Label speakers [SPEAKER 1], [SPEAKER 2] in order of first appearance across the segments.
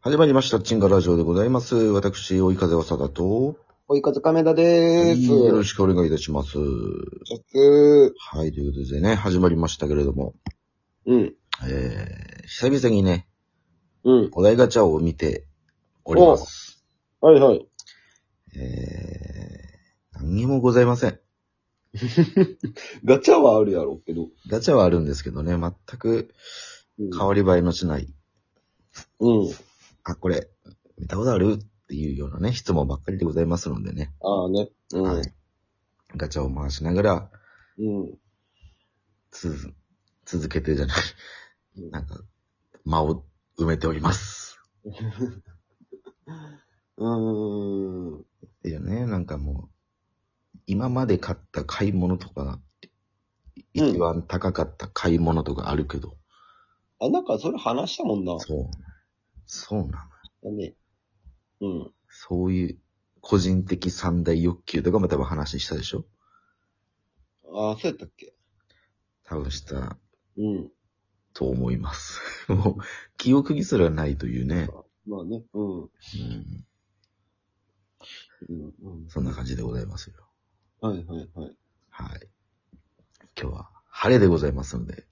[SPEAKER 1] 始まりました、チンガラジオでございます。私、追い風はさだと、
[SPEAKER 2] 追い風亀田でーす。
[SPEAKER 1] よろしくお願いいたします。
[SPEAKER 2] しく。
[SPEAKER 1] はい、ということでね、始まりましたけれども、
[SPEAKER 2] うん。
[SPEAKER 1] えー、久々にね、
[SPEAKER 2] うん。
[SPEAKER 1] お題ガチャを見ております。
[SPEAKER 2] はいはい。
[SPEAKER 1] えー、何にもございません。
[SPEAKER 2] ガチャはあるやろうけど。
[SPEAKER 1] ガチャはあるんですけどね、全く
[SPEAKER 2] うん。
[SPEAKER 1] 変わり映えのしない、
[SPEAKER 2] うん。
[SPEAKER 1] あ、これ、見たことあるっていうようなね、質問ばっかりでございますのでね、
[SPEAKER 2] ああね。うん。
[SPEAKER 1] はいガチャを回しながら、
[SPEAKER 2] うん。
[SPEAKER 1] つ、続けてじゃない。
[SPEAKER 2] うん
[SPEAKER 1] なんか、間を埋めております。
[SPEAKER 2] うーん。
[SPEAKER 1] っていうね、なんかもう、今まで買った買い物とか、
[SPEAKER 2] うん
[SPEAKER 1] 一番高かった買い物とかあるけど、
[SPEAKER 2] あ、なんかそれ話したもんな。
[SPEAKER 1] そう。そうなの。
[SPEAKER 2] だね。うん。
[SPEAKER 1] そういう、個人的三大欲求とかも多分話したでしょ
[SPEAKER 2] ああ、そうやったっけ
[SPEAKER 1] 多分した
[SPEAKER 2] うん。
[SPEAKER 1] と思います。 もう、記憶にすらないというね。
[SPEAKER 2] まあね。うん。
[SPEAKER 1] うん。
[SPEAKER 2] うん。うん、
[SPEAKER 1] そんな感じでございますよ。
[SPEAKER 2] はいはいはい。
[SPEAKER 1] はい。今日は晴れでございますので、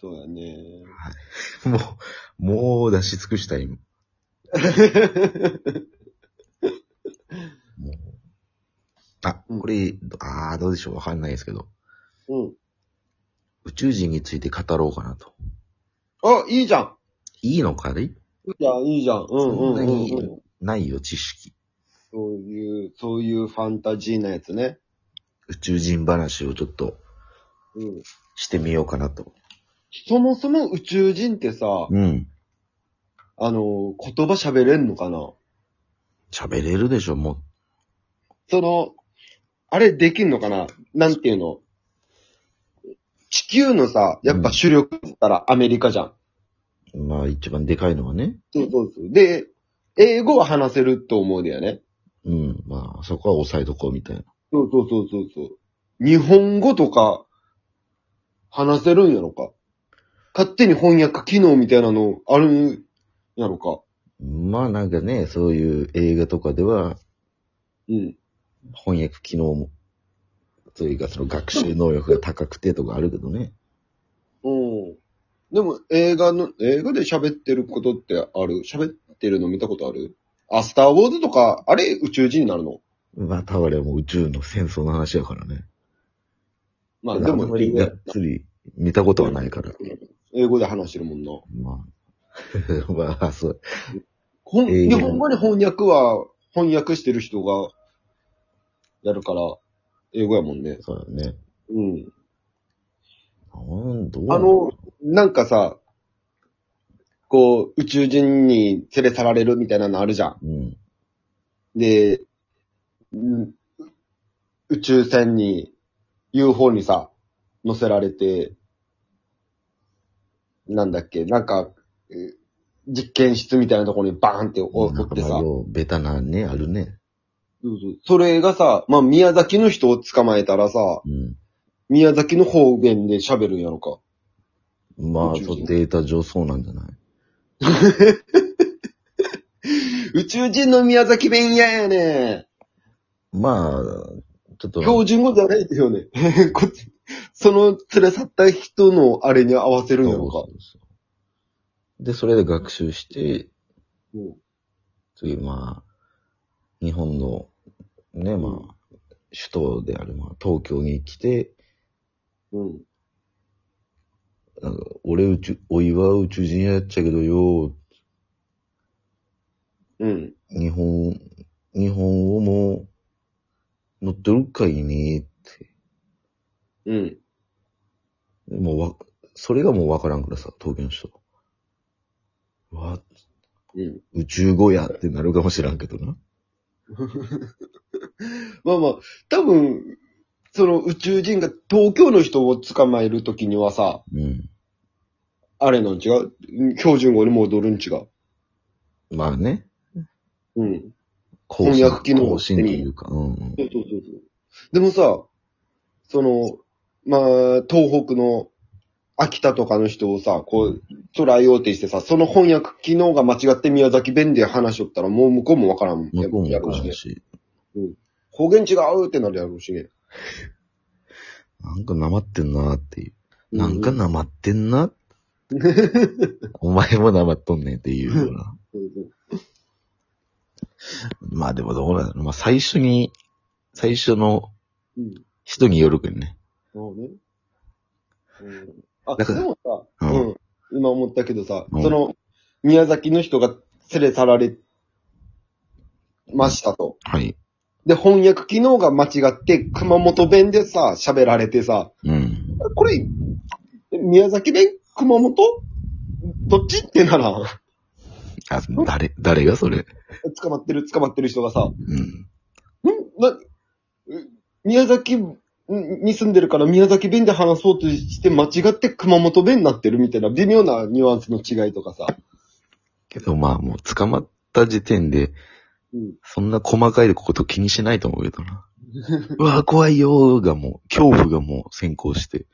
[SPEAKER 2] そうやね。
[SPEAKER 1] もう、もう出し尽くしたい。もう。あ、これ、ああ、どうでしょうわかんないですけど、
[SPEAKER 2] うん。
[SPEAKER 1] 宇宙人について語ろうかなと。
[SPEAKER 2] あ、いいじゃん。
[SPEAKER 1] いいのかい
[SPEAKER 2] いいじゃん、いいじゃん。うんうんうん、
[SPEAKER 1] そんな
[SPEAKER 2] うん
[SPEAKER 1] に。ないよ、知識。
[SPEAKER 2] そういう、そういうファンタジーなやつね。
[SPEAKER 1] 宇宙人話をちょっと
[SPEAKER 2] うん。
[SPEAKER 1] してみようかなと。
[SPEAKER 2] そもそも宇宙人ってさ、
[SPEAKER 1] うん。
[SPEAKER 2] あの、言葉喋れんのかな
[SPEAKER 1] 喋れるでしょ、も
[SPEAKER 2] その、あれできんのかななんていうの地球のさ、やっぱ主力だったらアメリカじゃん。
[SPEAKER 1] う。まあ、一番でかいのはね。
[SPEAKER 2] そうそうそう。で、英語は話せると思うんだよね。
[SPEAKER 1] うん。まあ、そこは抑えとこうみたいな。
[SPEAKER 2] そうそうそうそうそう。日本語とか、話せるんやろか。勝手に翻訳機能みたいなのあるんやろか。
[SPEAKER 1] まあ、なんかね、そういう映画とかでは、
[SPEAKER 2] うん。
[SPEAKER 1] 翻訳機能も、というかその学習能力が高くてとかあるけどね。
[SPEAKER 2] うん。でも映画の、映画で喋ってることってある喋ってるの見たことあるあ、スターウォーズとか、あれ宇宙人になるの
[SPEAKER 1] まあ、タワレも宇宙の戦争の話やからね。
[SPEAKER 2] まあ
[SPEAKER 1] ん
[SPEAKER 2] で
[SPEAKER 1] あん
[SPEAKER 2] も
[SPEAKER 1] まり
[SPEAKER 2] 英
[SPEAKER 1] が
[SPEAKER 2] 語
[SPEAKER 1] っ、つり見たことはないから。
[SPEAKER 2] 英語で話してるもんな。
[SPEAKER 1] まあ、 まあ、そう。
[SPEAKER 2] ほん、
[SPEAKER 1] えー
[SPEAKER 2] 日本語で翻訳は、翻訳してる人が、やるから、英語やもんね。
[SPEAKER 1] そうだよね。
[SPEAKER 2] うん。
[SPEAKER 1] なんどう
[SPEAKER 2] あの、なんかさ、こう、宇宙人に連れ去られるみたいなのあるじゃん。
[SPEAKER 1] うん。
[SPEAKER 2] で、うん宇宙船に、UFO にさ、乗せられて、なんだっけ、なんか、え実験室みたいなところにバーンって置
[SPEAKER 1] なん
[SPEAKER 2] っ
[SPEAKER 1] か
[SPEAKER 2] て
[SPEAKER 1] まあ
[SPEAKER 2] さ、
[SPEAKER 1] ようベタなね、あるね。
[SPEAKER 2] そうそうそれがさ、まあ宮崎の人を捕まえたらさ、
[SPEAKER 1] うん。
[SPEAKER 2] 宮崎の方言で喋るんやろか。
[SPEAKER 1] まあ、
[SPEAKER 2] 宇宙人
[SPEAKER 1] そう、データ上そうなんじゃない
[SPEAKER 2] 宇宙人の宮崎弁嫌やね
[SPEAKER 1] まあ、ちょっと、
[SPEAKER 2] 標準語じゃないですよね。 こっち、その連れ去った人のあれに合わせるんやろか。
[SPEAKER 1] そうそうそうで、それで学習して、
[SPEAKER 2] うん
[SPEAKER 1] 次、まあ、日本の、ね、まあ
[SPEAKER 2] うん、
[SPEAKER 1] 首都である、まあ、東京に来て、
[SPEAKER 2] うん。
[SPEAKER 1] なんか、俺宇宙、おいは宇宙人やっちゃけどよ、
[SPEAKER 2] うん。
[SPEAKER 1] 日本、日本をも、乗ってるかいね、って。
[SPEAKER 2] うん。
[SPEAKER 1] もうわ、それがもうわからんからさ、東京の人。わ、
[SPEAKER 2] うん。
[SPEAKER 1] 宇宙語やってなるかもしらんけどな。
[SPEAKER 2] まあまあ、多分、その宇宙人が東京の人を捕まえるときにはさ、
[SPEAKER 1] うん。
[SPEAKER 2] あれなん違う標準語に戻るん違う。
[SPEAKER 1] まあね。
[SPEAKER 2] うん。
[SPEAKER 1] 更
[SPEAKER 2] 翻訳機能
[SPEAKER 1] 更新というか、うんうん。
[SPEAKER 2] そうそうそうそう。でもさ、その、まあ、東北の秋田とかの人をさ、こう、捉えようってしてさ、その翻訳機能が間違って宮崎弁で話しとったら、もう向こうもわからん。
[SPEAKER 1] 向こうも
[SPEAKER 2] や
[SPEAKER 1] わ
[SPEAKER 2] ろう
[SPEAKER 1] か
[SPEAKER 2] し
[SPEAKER 1] ら
[SPEAKER 2] ね
[SPEAKER 1] ん。し。
[SPEAKER 2] 方言違うってなるやろうしね。
[SPEAKER 1] なんかなまってんなーっていう。なんかなまってんな。 お前もなまっとんねんっていうような。
[SPEAKER 2] うん。うん
[SPEAKER 1] まあでもどうなのまあ最初に、最初の
[SPEAKER 2] うん。
[SPEAKER 1] 人によるけんね。
[SPEAKER 2] そうね。うん、あ、
[SPEAKER 1] だ
[SPEAKER 2] で
[SPEAKER 1] から
[SPEAKER 2] もさ、
[SPEAKER 1] う
[SPEAKER 2] うんん。今思ったけどさ、
[SPEAKER 1] うん
[SPEAKER 2] その、宮崎の人が連れ去られましたと。
[SPEAKER 1] はい。
[SPEAKER 2] で、翻訳機能が間違って、熊本弁でさ、喋られてさ、
[SPEAKER 1] うん。
[SPEAKER 2] これ、宮崎弁熊本どっちってならん、
[SPEAKER 1] あ、誰、誰がそれ。
[SPEAKER 2] 捕まってる、捕まってる人がさ、
[SPEAKER 1] うん。
[SPEAKER 2] んな、う宮崎んに住んでるから宮崎弁で話そうとして間違って熊本弁になってるみたいな微妙なニュアンスの違いとかさ。
[SPEAKER 1] けどまあもう捕まった時点で、
[SPEAKER 2] うん。
[SPEAKER 1] そんな細かいこと気にしないと思うけどな。 うわ、怖いよーがもう、恐怖がもう先行して。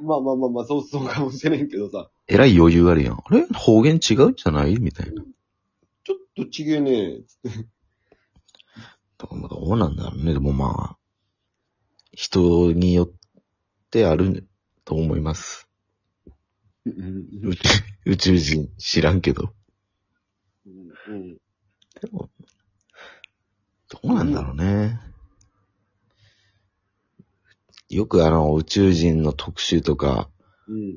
[SPEAKER 2] まあまあまあまあ、そうそうかもしれんけどさ。
[SPEAKER 1] えらい余裕あるやん。あれ方言違うんじゃないみたいな。
[SPEAKER 2] ちょっとちげえね
[SPEAKER 1] どうどうなんだろうね。でもまあ、人によってあると思います。
[SPEAKER 2] え。
[SPEAKER 1] うち宇宙人知らんけど。
[SPEAKER 2] うん。
[SPEAKER 1] でも、どうなんだろうね。よくあの、宇宙人の特集とか、
[SPEAKER 2] うん。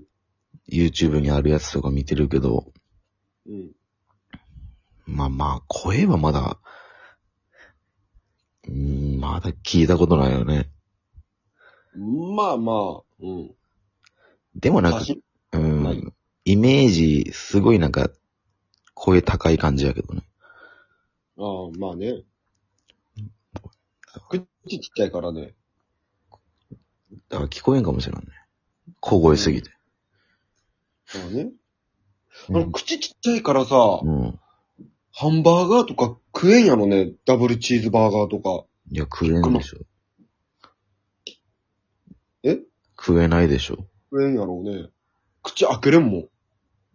[SPEAKER 1] YouTube にあるやつとか見てるけど、
[SPEAKER 2] うん。
[SPEAKER 1] まあまあ、声はまだ、うーん、まだ聞いたことないよね。
[SPEAKER 2] うん。まあまあ、うん。
[SPEAKER 1] でもなんか、
[SPEAKER 2] 走
[SPEAKER 1] う
[SPEAKER 2] は
[SPEAKER 1] ん
[SPEAKER 2] い、
[SPEAKER 1] イメージ、すごいなんか、声高い感じやけどね。
[SPEAKER 2] ああ、まあね。口ちっちゃいからね。
[SPEAKER 1] だから聞こえんかもしれんね。小声すぎて。
[SPEAKER 2] まあね。あ
[SPEAKER 1] う
[SPEAKER 2] の、
[SPEAKER 1] ん。
[SPEAKER 2] 口ちっちゃいからさ、
[SPEAKER 1] うん
[SPEAKER 2] ハンバーガーとか食えんやろね。ダブルチーズバーガーとか。
[SPEAKER 1] いや、食えんでしょ。
[SPEAKER 2] え
[SPEAKER 1] 食えないでしょ。
[SPEAKER 2] 食えんやろうね。口開けれんもん。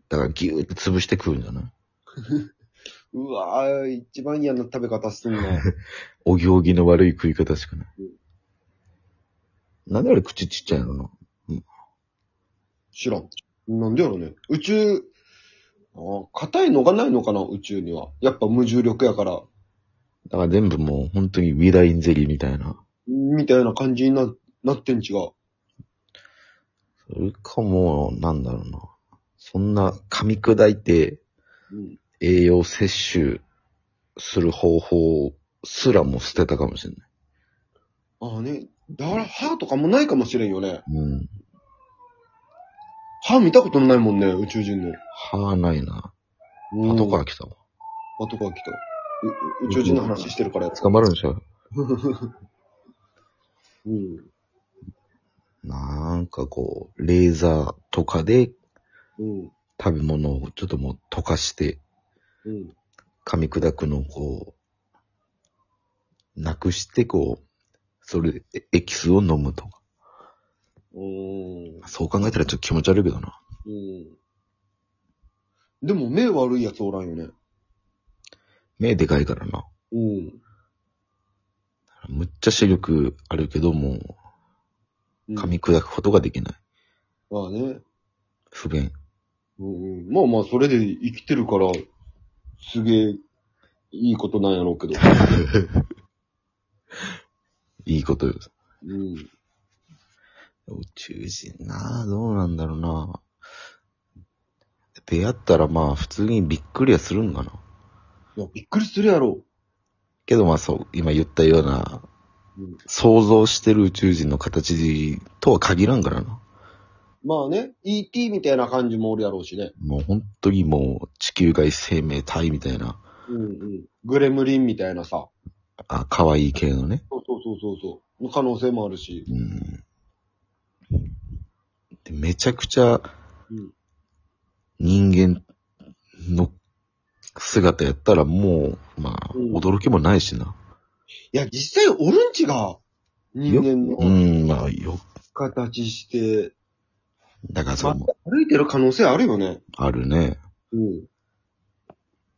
[SPEAKER 1] だからギューって潰して食うんじゃないう
[SPEAKER 2] わぁ、一番嫌な食べ方すんな。
[SPEAKER 1] お行儀の悪い食い方しかない。なんであれ口ちっちゃいのかな
[SPEAKER 2] 知らん。なんでやろね。宇宙、あー硬いのがないのかな、宇宙には。やっぱ無重力やから。
[SPEAKER 1] だから全部もう本当にウィダインゼリーみたいな。
[SPEAKER 2] みたいな感じにな、なってん違う。
[SPEAKER 1] それかもう、なんだろうな。そんな噛み砕いて
[SPEAKER 2] うん。
[SPEAKER 1] 栄養摂取する方法すらも捨てたかもしれな
[SPEAKER 2] ああね。だから歯とかもないかもしれんよね。
[SPEAKER 1] い。うん。
[SPEAKER 2] 歯見たことないもんね、宇宙人の。
[SPEAKER 1] 歯はないな。
[SPEAKER 2] うん
[SPEAKER 1] 後から来たわ。
[SPEAKER 2] 後から来た。う宇宙人の話してるからやつ。
[SPEAKER 1] 捕まるんでしょ
[SPEAKER 2] うん。
[SPEAKER 1] なんかこう、レーザーとかで
[SPEAKER 2] うん。
[SPEAKER 1] 食べ物をちょっともう溶かして
[SPEAKER 2] うん。
[SPEAKER 1] 噛み砕くのをこう、なくしてこう、それでエキスを飲むとか。
[SPEAKER 2] うん。
[SPEAKER 1] そう考えたらちょっと気持ち悪いけどな。
[SPEAKER 2] うん。でも目悪いやつおらんよね。
[SPEAKER 1] 目でかいからな。
[SPEAKER 2] うん。
[SPEAKER 1] むっちゃ視力あるけども、
[SPEAKER 2] うん
[SPEAKER 1] 噛み砕くことができない。
[SPEAKER 2] まあね。
[SPEAKER 1] 不便。
[SPEAKER 2] うんうん。まあまあ、それで生きてるから、すげえ、いいことなんやろうけど。
[SPEAKER 1] いいことよ。
[SPEAKER 2] うん。
[SPEAKER 1] 宇宙人なあどうなんだろうな出会ったらまあ普通にびっくりはするんかな。
[SPEAKER 2] いや、びっくりするやろ。
[SPEAKER 1] けどまあそう、今言ったような、
[SPEAKER 2] うん。
[SPEAKER 1] 想像してる宇宙人の形とは限らんからな。
[SPEAKER 2] まあね、ET みたいな感じもおるやろうしね。
[SPEAKER 1] もう本当にもう地球外生命体みたいな、
[SPEAKER 2] うんうん。グレムリンみたいなさ。
[SPEAKER 1] あ、可愛い系のね。
[SPEAKER 2] そうそうそうそうそう。可能性もあるし。
[SPEAKER 1] うん。でめちゃくちゃ
[SPEAKER 2] うん。
[SPEAKER 1] 人間の姿やったらもう、まあ、
[SPEAKER 2] うん
[SPEAKER 1] 驚きもないしな。
[SPEAKER 2] いや、実際おるんちが。人間
[SPEAKER 1] う
[SPEAKER 2] の
[SPEAKER 1] ん、まあよ、
[SPEAKER 2] 形して、
[SPEAKER 1] だからそう、
[SPEAKER 2] 歩いてる可能性あるよね。
[SPEAKER 1] あるね。
[SPEAKER 2] うん。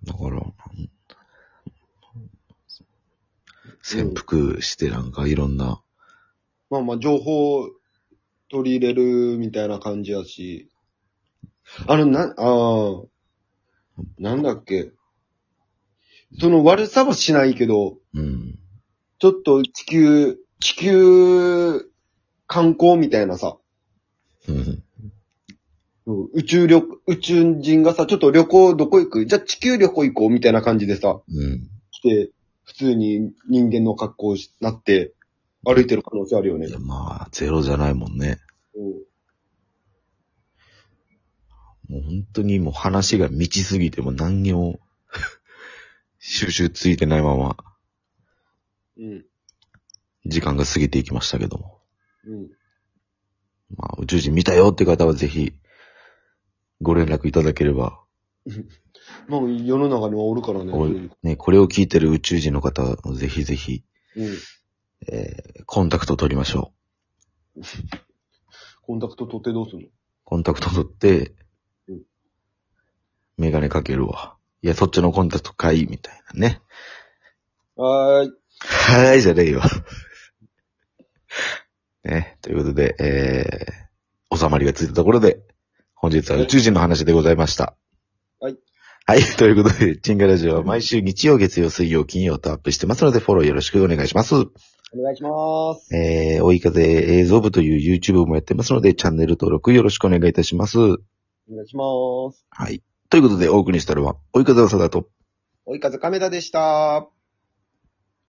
[SPEAKER 1] だから、なん潜伏してなんかいろんな、
[SPEAKER 2] まあまあ、情報を取り入れるみたいな感じやし。あの、な、ああ、なんだっけ。その悪さはしないけど、
[SPEAKER 1] うん。
[SPEAKER 2] ちょっと地球、地球観光みたいなさ、
[SPEAKER 1] うん。
[SPEAKER 2] うん宇宙旅、宇宙人がさ、ちょっと旅行どこ行くじゃあ地球旅行行こうみたいな感じでさ、
[SPEAKER 1] うん。
[SPEAKER 2] 来て、普通に人間の格好になって歩いてる可能性あるよね
[SPEAKER 1] い。や、まあ、ゼロじゃないもんね。
[SPEAKER 2] うん
[SPEAKER 1] もう本当にもう話が満ちすぎてもう何にも 収集ついてないまま
[SPEAKER 2] うん。
[SPEAKER 1] 時間が過ぎていきましたけども。
[SPEAKER 2] うん。
[SPEAKER 1] まあ、宇宙人見たよって方はぜひご連絡いただければ。
[SPEAKER 2] まあ世の中にはおるからね。
[SPEAKER 1] お
[SPEAKER 2] うん。
[SPEAKER 1] ね、これを聞いてる宇宙人の方、ぜひぜひ、えーコンタクト取りましょう。
[SPEAKER 2] コンタクト取ってどうすんの
[SPEAKER 1] コンタクト取って
[SPEAKER 2] うん、か
[SPEAKER 1] かけるわ。いや、そっちのコンタクトかい、みたいなね。
[SPEAKER 2] はーい。
[SPEAKER 1] はーい、じゃねえよ。 ね、ということで、えー、収まりがついたところで、本日は宇宙人の話でございました。
[SPEAKER 2] はい。
[SPEAKER 1] はい、ということで、チンガラジオは毎週日曜、月曜、水曜、金曜とアップしてますので、フォローよろしくお願いします。
[SPEAKER 2] お願いします。
[SPEAKER 1] えー、追い風映像部という YouTube もやってますので、チャンネル登録よろしくお願いいたします。
[SPEAKER 2] お願いします。
[SPEAKER 1] はい。ということで、お送りしたのは、追い風さだと。
[SPEAKER 2] 追い風亀田でした。